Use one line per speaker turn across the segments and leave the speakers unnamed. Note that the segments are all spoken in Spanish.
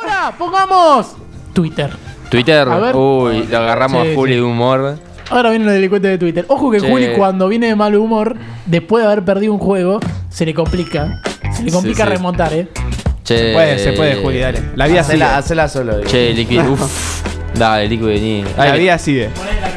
Pará, pongamos Twitter.
Twitter,
A ver.
uy, lo agarramos
Sí,
a Juli
sí.
de humor.
Ahora vienen los delincuentes de Twitter. Ojo que
Sí.
Juli cuando viene de mal humor, después de haber perdido un juego, se le complica. Se le complica
Sí, sí.
remontar, ¿eh?
Che,
Se puede, se puede, Juli, dale. La vida sigue.
Hacela, hacela solo. digo.
Che, líquido, uff. Dale, líquido vení.
La
Dale,
vida sigue.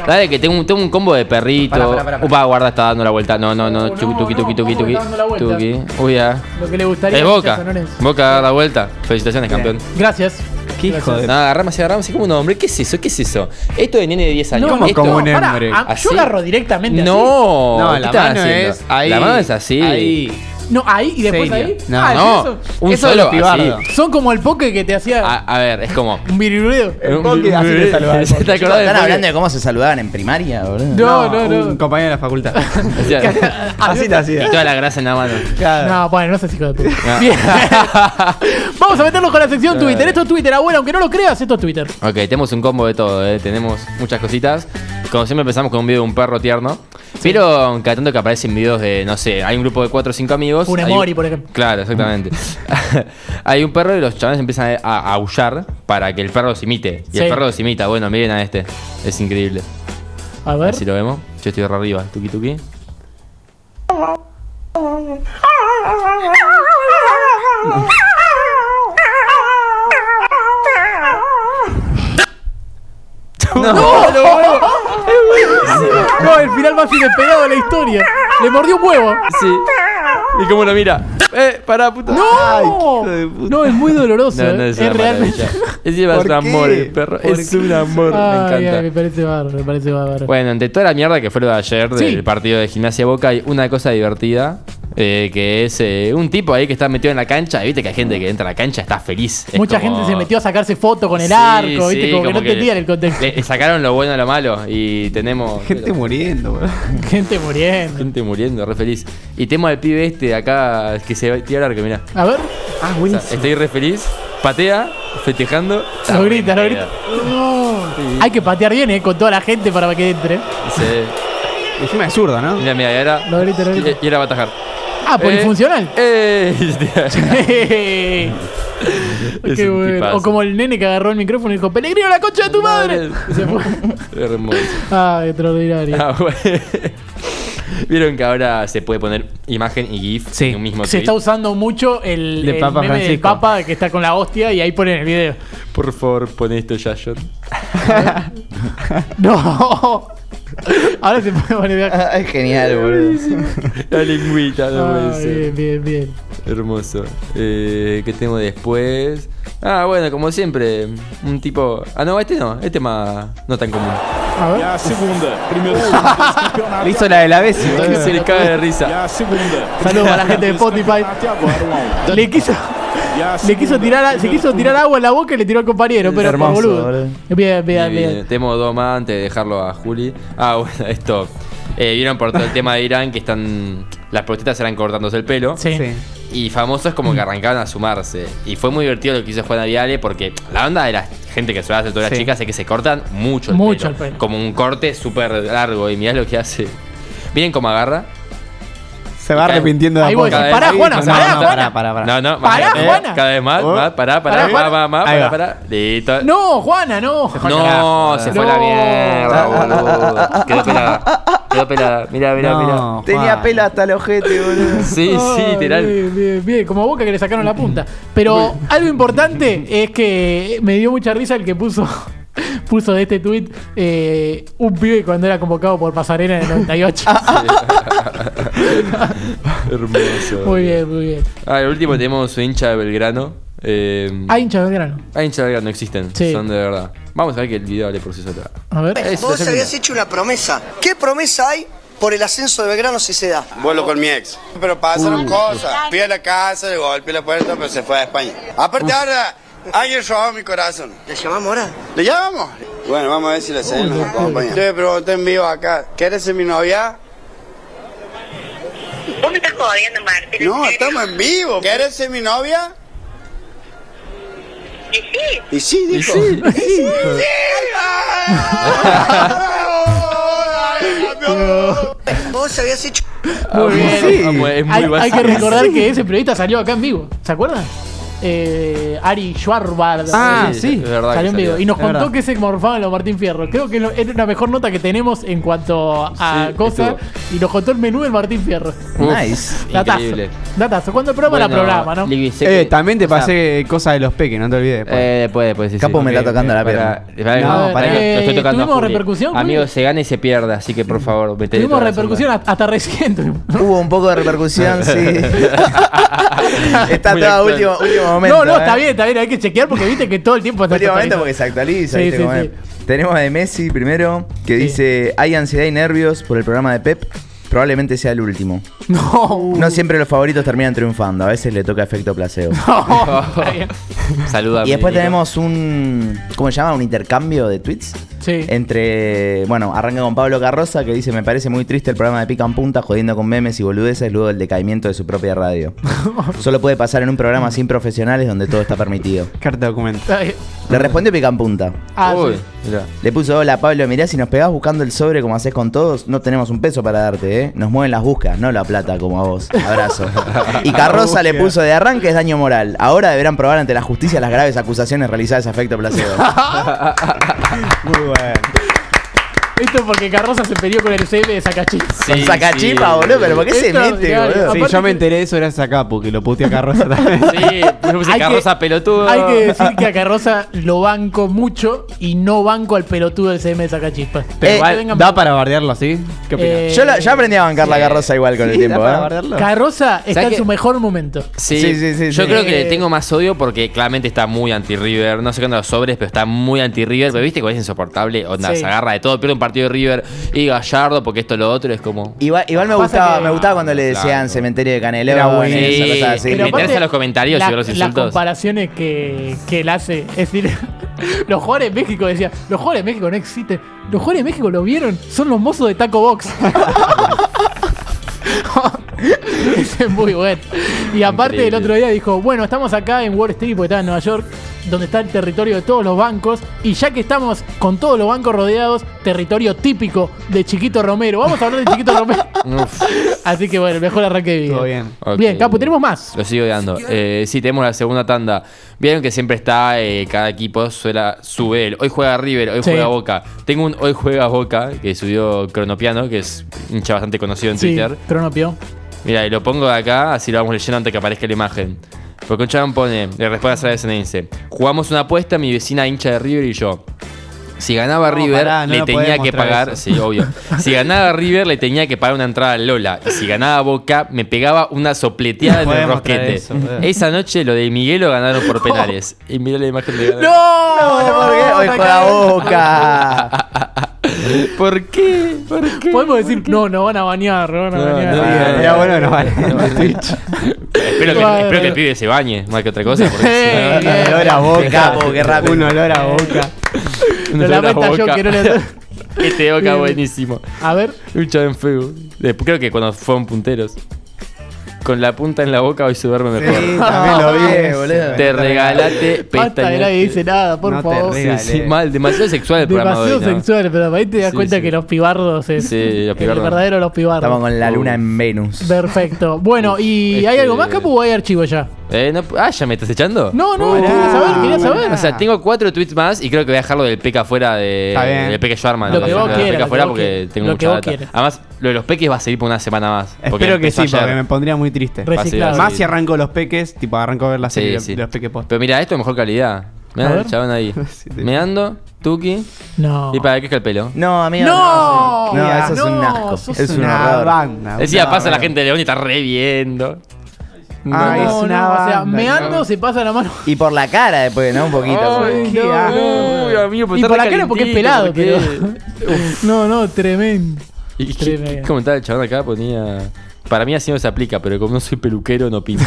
dale, que tengo un, tengo un combo de perrito.
Pará, pará, pará, pará.
Upa, guarda, está dando la vuelta. No, no,
Oh,
no.
no,
Tuki, tuki,
no,
tuki,
ojo
tuki,
que
tuki.
está dando la vuelta.
Tuki. Uy, ya.
Lo que le gustaría
Es
a los
Boca.
chazonones.
Boca da la vuelta. Felicitaciones, campeón.
Gracias.
Qué hijo de.
No, agarramos y agarramos. Es como un hombre. ¿Qué es eso? ¿Qué es eso? Esto de nene de 10 años.
¿Cómo
esto-
como un
pará,
hombre?
a- yo
¿Así?
agarro directamente así.
No,
No,
¿qué
la
estás
mano
haciendo?
es ahí.
La mano es así.
Ahí.
No, ahí y después
Serio.
ahí.
No,
Ah,
No,
eso-
un
eso
solo Ah.
es lo pibardo.
así.
Son como el poke que te hacía
A, a ver, es como.
un viruleo.
El Poki, así te saludaba el
¿Se te
Poki.
acordás del
Están
Poki?
hablando de cómo se saludaban en primaria, boludo.
No, no, no.
Un compañero de la facultad.
O sea,
así te
Y
hacía.
toda la grasa en la mano.
Claro.
No, bueno, no seas hijo de puta.
No.
Bien. Vamos a meternos con la sección Twitter. Esto es Twitter, abuela, aunque no lo creas, esto es Twitter.
Ok, tenemos un combo de todo, ¿eh? tenemos muchas cositas. Como siempre empezamos con un video de un perro tierno. Pero cada tanto que aparecen videos de, no sé, hay un grupo de 4 o 5 amigos.
Un
hay
Emori, por ejemplo.
Claro, exactamente. hay un perro y los chavales empiezan a, a aullar para que el perro los imite. Y
Sí.
el perro los imita, bueno, miren a este. Es increíble.
A
A
ver.
ver si lo vemos. Yo estoy re arriba, tuki tuki.
No, el final más inesperado de la historia. Le mordió un huevo.
Sí. ¿Y cómo lo mira? ¡Eh, pará, puta!
¡No! No, es muy doloroso.
No, no
eh.
es,
es,
una
realmente.
maravilla. Es lleva
¿Por
un amor
qué?
el perro.
¿Por
Es
qué? Ah.
un amor,
Ay,
me encanta.
ay, me parece bárbaro, me parece bárbaro.
Bueno, ante toda la mierda que fue lo de ayer
Sí.
del partido de Gimnasia Boca, hay una cosa divertida. eh, que es eh, un tipo ahí que está metido en la cancha. Y viste que hay gente que entra a la cancha está feliz. Es
Mucha
como-
gente se metió a sacarse fotos con el
Sí,
arco,
sí,
¿viste? Como, que no entendían el contexto.
Le, le sacaron lo bueno a lo malo. Y tenemos.
Gente muriendo, boludo.
Gente muriendo.
gente muriendo, re feliz. Y tenemos al pibe este de acá que se va a tirar al arco, mirá.
A ver.
Ah,
O sea, estoy re feliz. Patea, festejando.
Lo grita, lo grita. Hay que patear bien, ¿eh? Con toda la gente para que entre.
Sí.
Encima es zurdo, ¿no?
Mira, mira, y ahora.
Lo grita, lo grita.
Y, y ahora va a atajar.
Ah, polifuncional.
Eh, eh,
Qué
Es un
bueno.
tipazo.
O como el nene que agarró el micrófono y dijo, Pellegrino, la concha de tu madre. Y se fue.
Hermoso.
Ah, extraordinario.
Ah, bueno. Vieron que ahora se puede poner imagen y GIF
Sí.
en un mismo
Se
tweet?
está usando mucho el,
De
el
Papa
meme del
Francisco.
Papa que está con la hostia y ahí ponen el video.
Por favor, pon esto ya, John.
No. Ahora se puede poner
Ah, Es genial, boludo.
La lingüita, no
Ah,
puede ser.
bien, bien, bien.
Hermoso. Eh, ¿Qué tenemos después? Ah, bueno, como siempre, un tipo. Ah, no, este no, este más. No tan común.
A
E
ver.
a segunda, primeiro jogo desse campeonato.
Le hizo la de la Bessi.
Que se le cae de risa.
E a segunda.
Saludos a la gente de Spotify.
Até agora, um a um.
Le quiso,
E a
le quiso
segunda,
tirar, a- se
primeiro
quiso tirar agua en la boca y le tiró al compañero, pero por
hermoso,
boludo.
boludo.
Bien,
Bien,
bien, bien.
Tenemos dos más antes de dejarlo a Juli. Ah, bueno, esto. Eh, Vieron por todo el tema de Irán que están. Las protestas eran cortándose el pelo.
Sí.
Sí.
Y famosos como
Mm.
que arrancaban a sumarse. Y fue muy divertido lo que hizo Juana Viale porque la onda de la gente que suele hacer todas las
Sí.
chicas es que se cortan mucho el
Mucho
pelo.
el pelo.
Como un corte súper largo. Y mirá lo que hace. Miren cómo agarra.
Se va arrepintiendo de
Ahí
a
voy,
poco.
Cada
pará,
vez-
Juana,
No,
pará,
no, no,
Juana.
pará, pará.
No, no,
Pará,
más, eh,
Juana.
Cada vez más,
Oh.
más, pará, pará,
Pará, Juana.
más, más, más,
Ahí
pará,
va.
pará. Listo.
No, Juana, no.
No, se fue
No. Ah,
la mierda, boludo. Quedó pelada. Quedó pelada. Mirá, mirá, mirá.
No,
Tenía
Juan.
pelo hasta el ojete, boludo.
Sí, sí,
Ay,
literal.
Bien, bien, bien. Como a boca que le sacaron la punta. Pero algo importante es que me dio mucha risa el que puso. Puso de este tweet un pibe cuando era convocado por Pasarena en el 98.
Ah, Hermoso.
muy bien, muy bien.
Ah, el último tenemos un hincha de Belgrano. Eh,
Ah, hincha de Belgrano.
ah, hincha de Belgrano, existen.
Sí.
Son de verdad. Vamos a ver que el video le por sí solo.
A ver.
Es-
Vos
es-
habías hecho una promesa. ¿Qué promesa hay por el ascenso de Belgrano si se da?
Vuelo con mi ex. Pero pasaron cosas. Fui a la casa, le golpeé la puerta, pero se fue a España. Aparte ahora, alguien robó mi corazón.
¿La llamamos ahora?
¿Le llamamos? Bueno, vamos a ver si la señora nos acompaña. Yo le pregunté en vivo acá, ¿quieres ser mi novia?
Vos me estás jodiendo, Martín. ¿en
No,
serio?
estamos en vivo. ¿Quieres ser mi novia?
Y sí,
Y sí, dijo.
Vos habías hecho...
Amo,
Muy bien.
amo, Ah, es muy
hay, hay
básico.
que recordar que ese periodista salió acá en vivo. ¿Se acuerdan? eh, Ari Schwarbar.
Ah, sí.
Es verdad
Salió un
que
video.
salió.
Y nos
Es
contó
verdad.
que se morfaban los Martín Fierro. Creo que lo- era la mejor nota que tenemos en cuanto a
Sí,
cosas. Y nos contó el menú del Martín Fierro.
Uf,
Nice.
Datazo.
Increíble.
Datazo. Cuando el programa
Bueno,
era programa, ¿no?
Ligui, sé
Eh,
que-
también te
o sea,
pasé cosas de los peques, no te olvides. pues. después.
Eh, después, después, sí,
Capo
sí.
me está
Ok,
tocando la
pará, pará,
No,
pará,
pará.
que lo estoy
Eh,
tocando a
¿tuvimos
Juli.
repercusión, Juli?
Amigo, se gana y se pierde, así que por favor, metele
Tuvimos
todas las
repercusión
ondas.
hasta hasta recién. tuvimos.
Hubo un poco de repercusión, sí. Está
Muy
todo a
actual.
último, último momento.
No, no, está
¿eh?
bien, está bien. Hay que chequear porque viste que todo el tiempo está
Últimamente
actualizado.
porque se actualiza.
Sí,
¿viste
sí,
cómo es? Tenemos a de Messi primero, que
Sí.
dice, hay ansiedad y nervios por el programa de Pep. Probablemente sea el último.
No. uh,
No siempre los favoritos terminan triunfando, a veces le toca efecto placebo.
No, está bien.
Saluda.
Y después
Nico.
tenemos un, ¿cómo se llama? Un intercambio de tweets.
Sí.
Entre, bueno, arranca con Pablo Carroza que dice, me parece muy triste el programa de Pica en Punta jodiendo con memes y boludeces luego del decaimiento de su propia radio. Solo puede pasar en un programa sin profesionales donde todo está permitido.
Carta de documento.
Está bien.
Le responde Pica en Punta.
Ah, sí.
Uy, mirá.
Le puso, hola Pablo, mirá, si nos pegás buscando el sobre como haces con todos, no tenemos un peso para darte, ¿eh? Nos mueven las buscas, no la plata como a vos. Abrazo. Y Carroza le puso, de arranque es daño moral. Ahora deberán probar ante la justicia las graves acusaciones realizadas a efecto placebo.
Muy bueno.
Esto es porque Carroza se peleó con el CM de Sacachín.
Con
Sí,
sacachipa,
sí.
boludo, pero ¿por qué se
Esto,
mete,
mirá,
boludo?
aparte
Sí, yo
que-
me enteré de eso gracias a Capu, que lo puse a Carroza también.
Sí, me puse
Hay que-
carroza pelotudo.
Hay que decir que a Carroza lo banco mucho y no banco al pelotudo del CM de Sacachispas.
Pero
Eh,
igual,
vengan-
¿da para bardearlo así? ¿Qué opinas?
Eh,
Yo la- ya aprendí a bancar la Carroza igual con el
¿Da
tiempo,
para
¿eh?
bardearlo?
Carroza está en
que-
su mejor momento.
Sí,
Sí, sí, sí,
Yo
sí.
creo que le
Eh,
tengo más odio porque claramente está muy anti-River. No sé cuándo los sobres, pero está muy anti-River. Pero viste que es insoportable. Onda,
Sí.
se agarra de todo, pierde un partido de River y Gallardo porque esto lo otro es como.
Igual, igual me,
Pasa
gustaba,
que-
me gustaba cuando le decían
Claro.
cementerio de Canelón,
Era buenísimo.
esa cosa así.
Sí,
Pero
meterse
aparte,
a los comentarios y ver los
Las
insultos.
comparaciones que, que él hace. Es decir, los jugadores de México decían, los jugadores de México no existen. Los jugadores de México lo vieron, son los mozos de Taco Box. Ese es muy bueno. Y aparte el
Increíble.
otro día dijo, bueno, estamos acá en Wall Street porque está en Nueva York, donde está el territorio de todos los bancos. Y ya que estamos con todos los bancos rodeados, territorio típico de Chiquito Romero. Vamos a hablar de Chiquito Romero.
Uf,
Así que bueno, mejor arranque de video.
Todo bien.
ok.
Bien, Capu, tenemos más.
Lo sigo dando. Eh, sí, tenemos la segunda tanda. Vieron que siempre está eh, cada equipo suela, sube el. Hoy juega River, hoy
Sí.
juega Boca. Tengo un Hoy juega Boca que subió Cronopiano, que es un hincha bastante conocido en
Sí,
Twitter.
Cronopio.
Mira, y lo pongo de acá, así lo vamos leyendo antes que aparezca la imagen. Porque un chabón pone, le responde a Sara dice Jugamos una apuesta, mi vecina hincha de River y yo. Si ganaba
No,
River,
pará, no
le
lo
tenía
podés
que
mostrar
pagar.
eso.
Sí, obvio. Si ganaba River, le tenía que pagar una entrada a Lola. Y si ganaba Boca, me pegaba una sopleteada
No
en el
podés mostrar
rosquete.
eso, eh. boludo.
Esa noche lo de Miguel lo ganaron por penales. Y mira la imagen de ganar.
No, no, ¿por qué? Hoy juega Boca.
¿Por qué? ¿Por qué?
Podemos decir, no, nos van a bañar, nos van a
No,
bañar.
no,
Ah,
Era bueno que nos bardearon.
Espero que,
Bueno.
espero que el pibe se bañe, más que otra cosa. porque
Eh,
si no-
eh,
Un olor a boca.
Qué capo, qué rápido.
Un olor a boca.
Lo lamento yo
Boca.
que no le-
Este Boca buenísimo.
A ver,
Un chabón feo. Después creo que cuando fueron punteros. Con la punta en la boca hoy se duerme mejor.
Sí, también lo vi.
Eh, boludo.
Te regalaste
basta que nadie dice
pestañas.
nada, por
No te
favor.
rías. Dale.
mal, demasiado sexual el programa de
Demasiado
hoy, ¿no?
sexual, pero ahí te das
Sí,
cuenta
sí.
que los pibardos es
Sí, los
el
pibardos.
verdadero los
Estamos
pibardos.
con la luna en Venus.
Perfecto. Bueno, ¿y
Este-
hay algo más, Capu, o hay archivo ya?
Eh, no- ah, ¿ya me estás echando? Ah,
No, no, quería saber, quería saber.
O sea, tengo cuatro tweets más y creo que voy a dejarlo del PK fuera de,
Está bien.
del PK Schwarman.
Lo
no
que
pasa
vos
nada, del
quieras,
PK
lo
fuera
que vos
porque
quieras.
tengo
Lo
mucha
que vos
data.
quieras.
Además, lo de los peques va a seguir por una semana más. porque
Espero que
empezó
sí,
ayer.
porque me pondría muy triste.
Reciclado.
Más si arranco los peques, tipo arranco a ver la
Sí,
serie de-
sí.
de los peques post.
Pero mira, esto es mejor calidad.
A
Mirá
ver.
el chabón ahí.
Sí, sí.
Meando, Tuki.
No.
¿Y para qué es que el pelo?
No, amigo.
No,
No, eso es un
no,
asco.
sos
Es un
una
Una
horror.
banda.
Decía,
una
pasa la
banda.
gente de León y está reviendo.
Ay, es
No,
una
no, o sea,
banda,
meando
no.
se pasa la mano.
Y por la cara después, ¿no? Un poquito.
Ay, qué
Uy, amigo, pero
Y
está
por la
re
cara porque es pelado,
calentito,
pero.
porque-
No, no, tremendo.
¿Y qué, qué
Tremendo.
comentaba el chabón acá? Ponía. Para mí así no se aplica, pero como no soy peluquero, no pinto.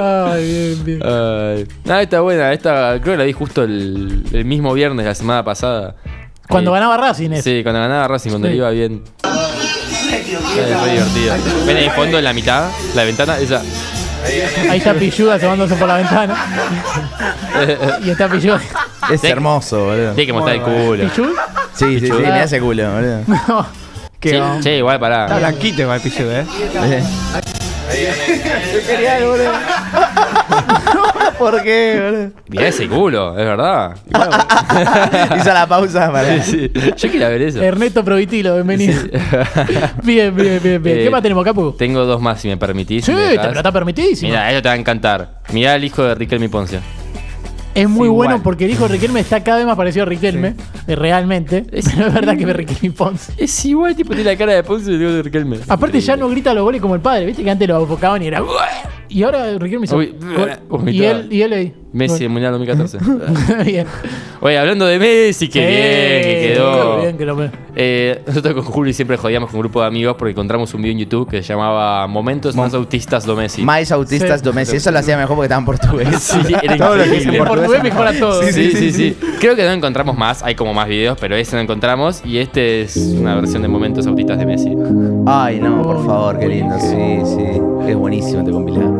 Ay, bien, bien.
Ay. Nada, esta buena, esta creo que la vi justo el, el mismo viernes, la semana pasada.
Cuando
Eh,
ganaba Racing, es.
Sí, cuando ganaba Racing, cuando
Sí.
le iba bien. Ay, fue divertido. Ven ahí fondo en la mitad, la ventana, esa.
Ahí está Pilluda asomándose por la ventana. y está Pilluda.
Es hermoso, boludo.
Tiene que mostrar el culo.
¿Pillú?
Sí, sí, sí, me hace culo, boludo.
No.
Qué
Che,
banda.
che, igual
Está
pará.
blanquito igual, Pichu, eh.
Genial, boludo. ¿Por qué, boludo?
Mirá ese culo, es verdad.
Hizo la pausa para.
Sí, Yo quería ver eso.
Ernesto Provitilo, bienvenido. Bien, bien, bien, bien. ¿Qué
Eh,
más tenemos, Capu?
Tengo dos más, si me permitís.
Sí,
si me
te-
dejás.
pero está permitidísimo.
Mirá, eso te va a encantar. Mirá el hijo de Riquelme Ponce.
es muy
sí,
bueno
igual.
porque el hijo de Riquelme está cada vez más parecido a Riquelme, eh, realmente.
Es-
Pero es verdad que es Riquelme Ponce.
Es igual, tipo, tiene la cara de Ponce y el hijo de Riquelme.
Aparte ya no grita los goles como el padre, viste que antes lo enfocaban y era... "Ué". Y ahora Riquelme hizo...
Uy,
"Gol".
uy,
y, él, y él ahí...
Messi, el Mundial 2014.
"Gol". bien.
Oye, hablando de Messi, qué bien que
Eh,
quedó.
bien que lo ve.
Eh, nosotros con Juli siempre jodíamos con un grupo de amigos porque encontramos un video en YouTube que se llamaba Momentos más autistas do Messi.
Más autistas
Sí.
do Messi. Eso lo hacía mejor porque estaban portugués.
Sí, era
Todo lo que
increíble.
dicen
En portugués mejora todo.
Sí, sí, sí, Creo que no encontramos más, hay como más videos, pero ese no encontramos y este es una versión de Momentos Autistas de Messi.
Ay, no, por favor, qué lindo. Sí, sí. Es buenísimo te compilado.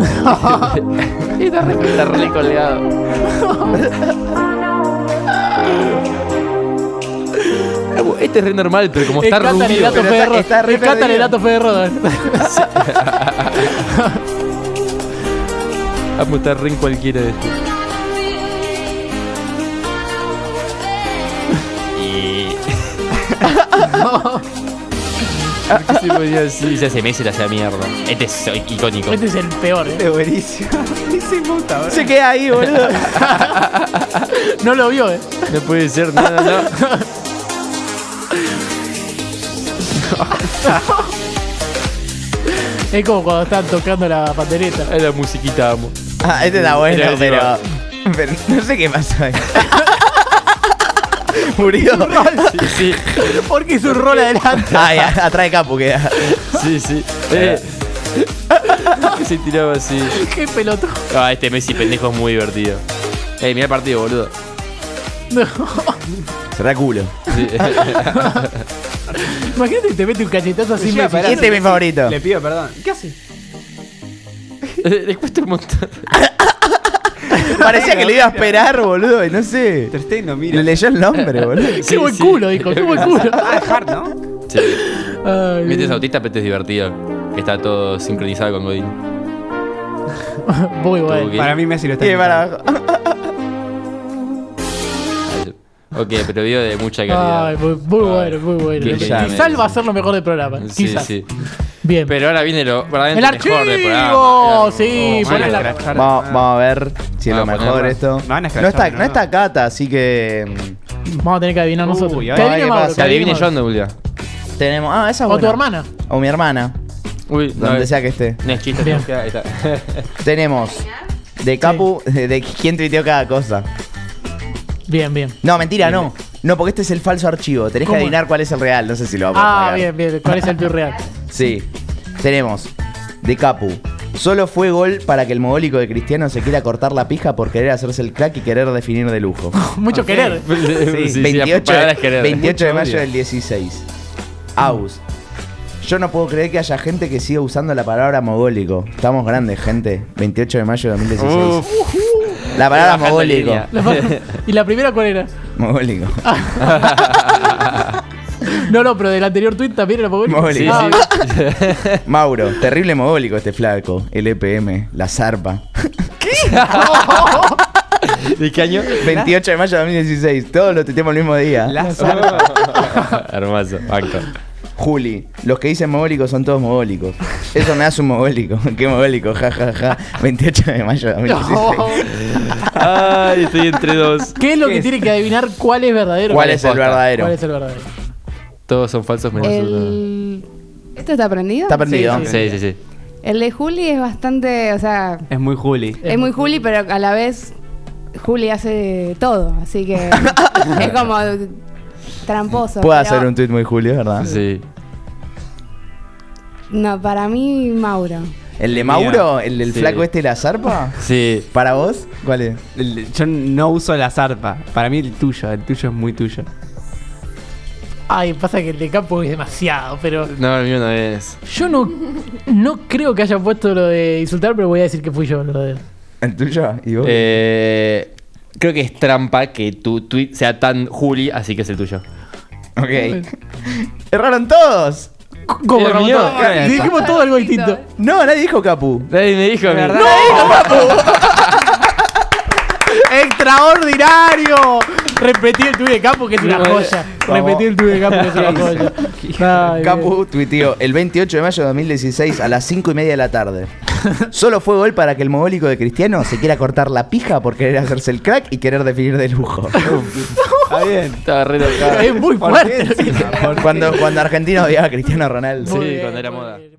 está re, está re colgado. Este es re normal, pero como está
Encántale el
rubio.
dato
Pero
Fede
está-
Rodas.
está re
Encántale el
perdido.
dato Fede Rodas.
Vamos a estar re en cualquiera de estos. Y. ¿Por qué se podía decir? Se hace Messi la hacía mierda. Este es icónico.
Este es el peor, eh.
Es buenísimo. Ni se nota, boludo.
Se queda ahí, boludo.
No lo vio, eh.
No puede ser nada, no.
Es como cuando están tocando la pandereta.
Ay, La musiquita amo.
Ah, este está bueno,
Era
pero,
encima.
pero no sé qué pasó ahí. Murió.
Sí, sí,
Porque es un rol adelante.
Ay, a- atrás de Capu queda.
sí, sí. Eh. ¿Por qué se tiraba así?
Qué pelotudo.
Ah, este Messi pendejo es muy divertido.
Eh,
Ey, mira el partido, boludo.
No.
Cerrá culo.
Sí.
Imagínate que te mete un cachetazo así.
Llega
Messi.
para-
Este es mi favorito.
Le pido perdón. ¿Qué hace?
Le cuesta un montón.
Parecía que le iba a esperar, boludo, y no sé.
Terstein no mira.
Le leyó el nombre, boludo.
Qué buen culo, dijo. Qué buen culo.
Ah, es hard, ¿no?
Sí.
Ay,
Viste, es autista, pero este es divertido. Que está todo sincronizado con Godín.
Muy bueno.
Tuvo
Para mí Messi lo está
Y para
imitando.
abajo.
Ok, pero video de mucha calidad.
Ay, muy, muy bueno, muy bueno.
Qué
Quizás
genial.
va a ser lo mejor del programa.
Sí,
Quizás.
sí.
Bien.
Pero ahora viene lo
el
verdaderamente
archivo.
mejor del programa.
sí,
Oh,
ponés
malo.
la.
Vamos, vamos a ver si es lo
Vamos a
mejor
ponerla.
esto.
Me van a
No está,
escrachar,
no
¿no?
está Cata, así que. mm,
Vamos a tener que adivinar
Uy,
nosotros.
a
que
ver,
adivine
¿qué
Mauro.
pasa?
que
Que
adivine
adivine yo
Mauro.
dónde, Julia.
mm, Tenemos. Ah, esa es
O tu
buena.
hermana.
O mi hermana.
Uy, no,
Donde
eh,
sea que esté.
no es chiste.
Bien.
no, que- ahí está.
Tenemos. De Capu, de, de quién tuiteó cada cosa.
Bien, bien.
No, mentira, no. No, porque este es el falso archivo. Tenés
¿Cómo?
que adivinar cuál es el real. No sé si lo vamos a
Ah,
pagar.
bien, bien. ¿Cuál es el tuyo real?
Sí. Tenemos de Capu. Solo fue gol para que el mogólico de Cristiano se quiera cortar la pija por querer hacerse el crack y querer definir de lujo.
Mucho querer.
Sí, sí,
28,
la
de-
palabra es querer.
28 de
Mucho
mayo
odio.
del 16. Aus. Yo no puedo creer que haya gente que siga usando la palabra mogólico. Estamos grandes, gente. 28 de mayo de 2016.
Uf.
la palabra
Bajando
mogólico.
línea.
¿Y la primera cuál era?
Mogólico.
No, no, pero del anterior tweet también era Mogol.
Mogol.
Sí,
Ah,
sí.
Mauro, terrible mogólico este flaco. El EPM, la zarpa.
¿De qué año?
28 de mayo de 2016. Todos lo tuiteamos el mismo día.
La zarpa.
Hermoso, banco.
Juli, los que dicen mogólicos son todos mogólicos. Eso me hace un mogólico. Qué mogólico, ja, ja, ja. 28 de mayo de 2016.
no.
Ay, estoy entre dos.
¿Qué es lo
¿Qué
que
es?
tiene que adivinar cuál es verdadero?
¿Cuál es el
posta?
verdadero?
¿Cuál es el verdadero?
Todos son falsos menos uno.
El... ¿Esto está aprendido?
Está perdido.
Sí,
Sí, sí, sí.
El de Juli es bastante, o sea,
Es muy Juli.
es muy Juli, pero a la vez Juli hace todo, así que es como tramposo.
Puedo
pero-
hacer un tuit muy Julio, ¿verdad?
Sí.
No, para mí Mauro.
¿El de Mauro? ¿El del
Sí.
flaco este y la zarpa?
Sí.
¿Para vos? ¿Cuál es?
El- Yo no uso la zarpa. Para mí el tuyo, el tuyo es muy tuyo.
Ay, pasa que el de campo es demasiado, pero
No, el mío no es.
yo no, no creo que haya puesto lo de insultar, pero voy a decir que fui yo el verdadero.
¿El tuyo? ¿Y vos?
Eh, creo que es trampa que tu tweet sea tan Juli, así que es el tuyo.
ok. Erraron todos.
Como
El
Ramón
mío,
Torres.
claro.
Dijimos todo algo distinto.
No, nadie dijo Capu.
Nadie me dijo a mí.
¿Verdad?
¡Extraordinario! Repetí el tuyo de Capu, que es una
Bueno,
joya.
vamos.
Repetí el tuyo de Capu, que es una joya. Ay, bien.
Capu tuiteó el 28 de mayo de 2016 a las 5 y media de la tarde. Solo fue gol para que el mogólico de Cristiano se quiera cortar la pija por querer hacerse el crack y querer definir de lujo.
Está bien.
Estaba re loca.
Es muy
¿Por
fuerte.
qué?
lo que-
cuando, cuando Argentina odiaba a Cristiano Ronaldo.
Sí,
Muy bien,
cuando era
muy
moda.
bien.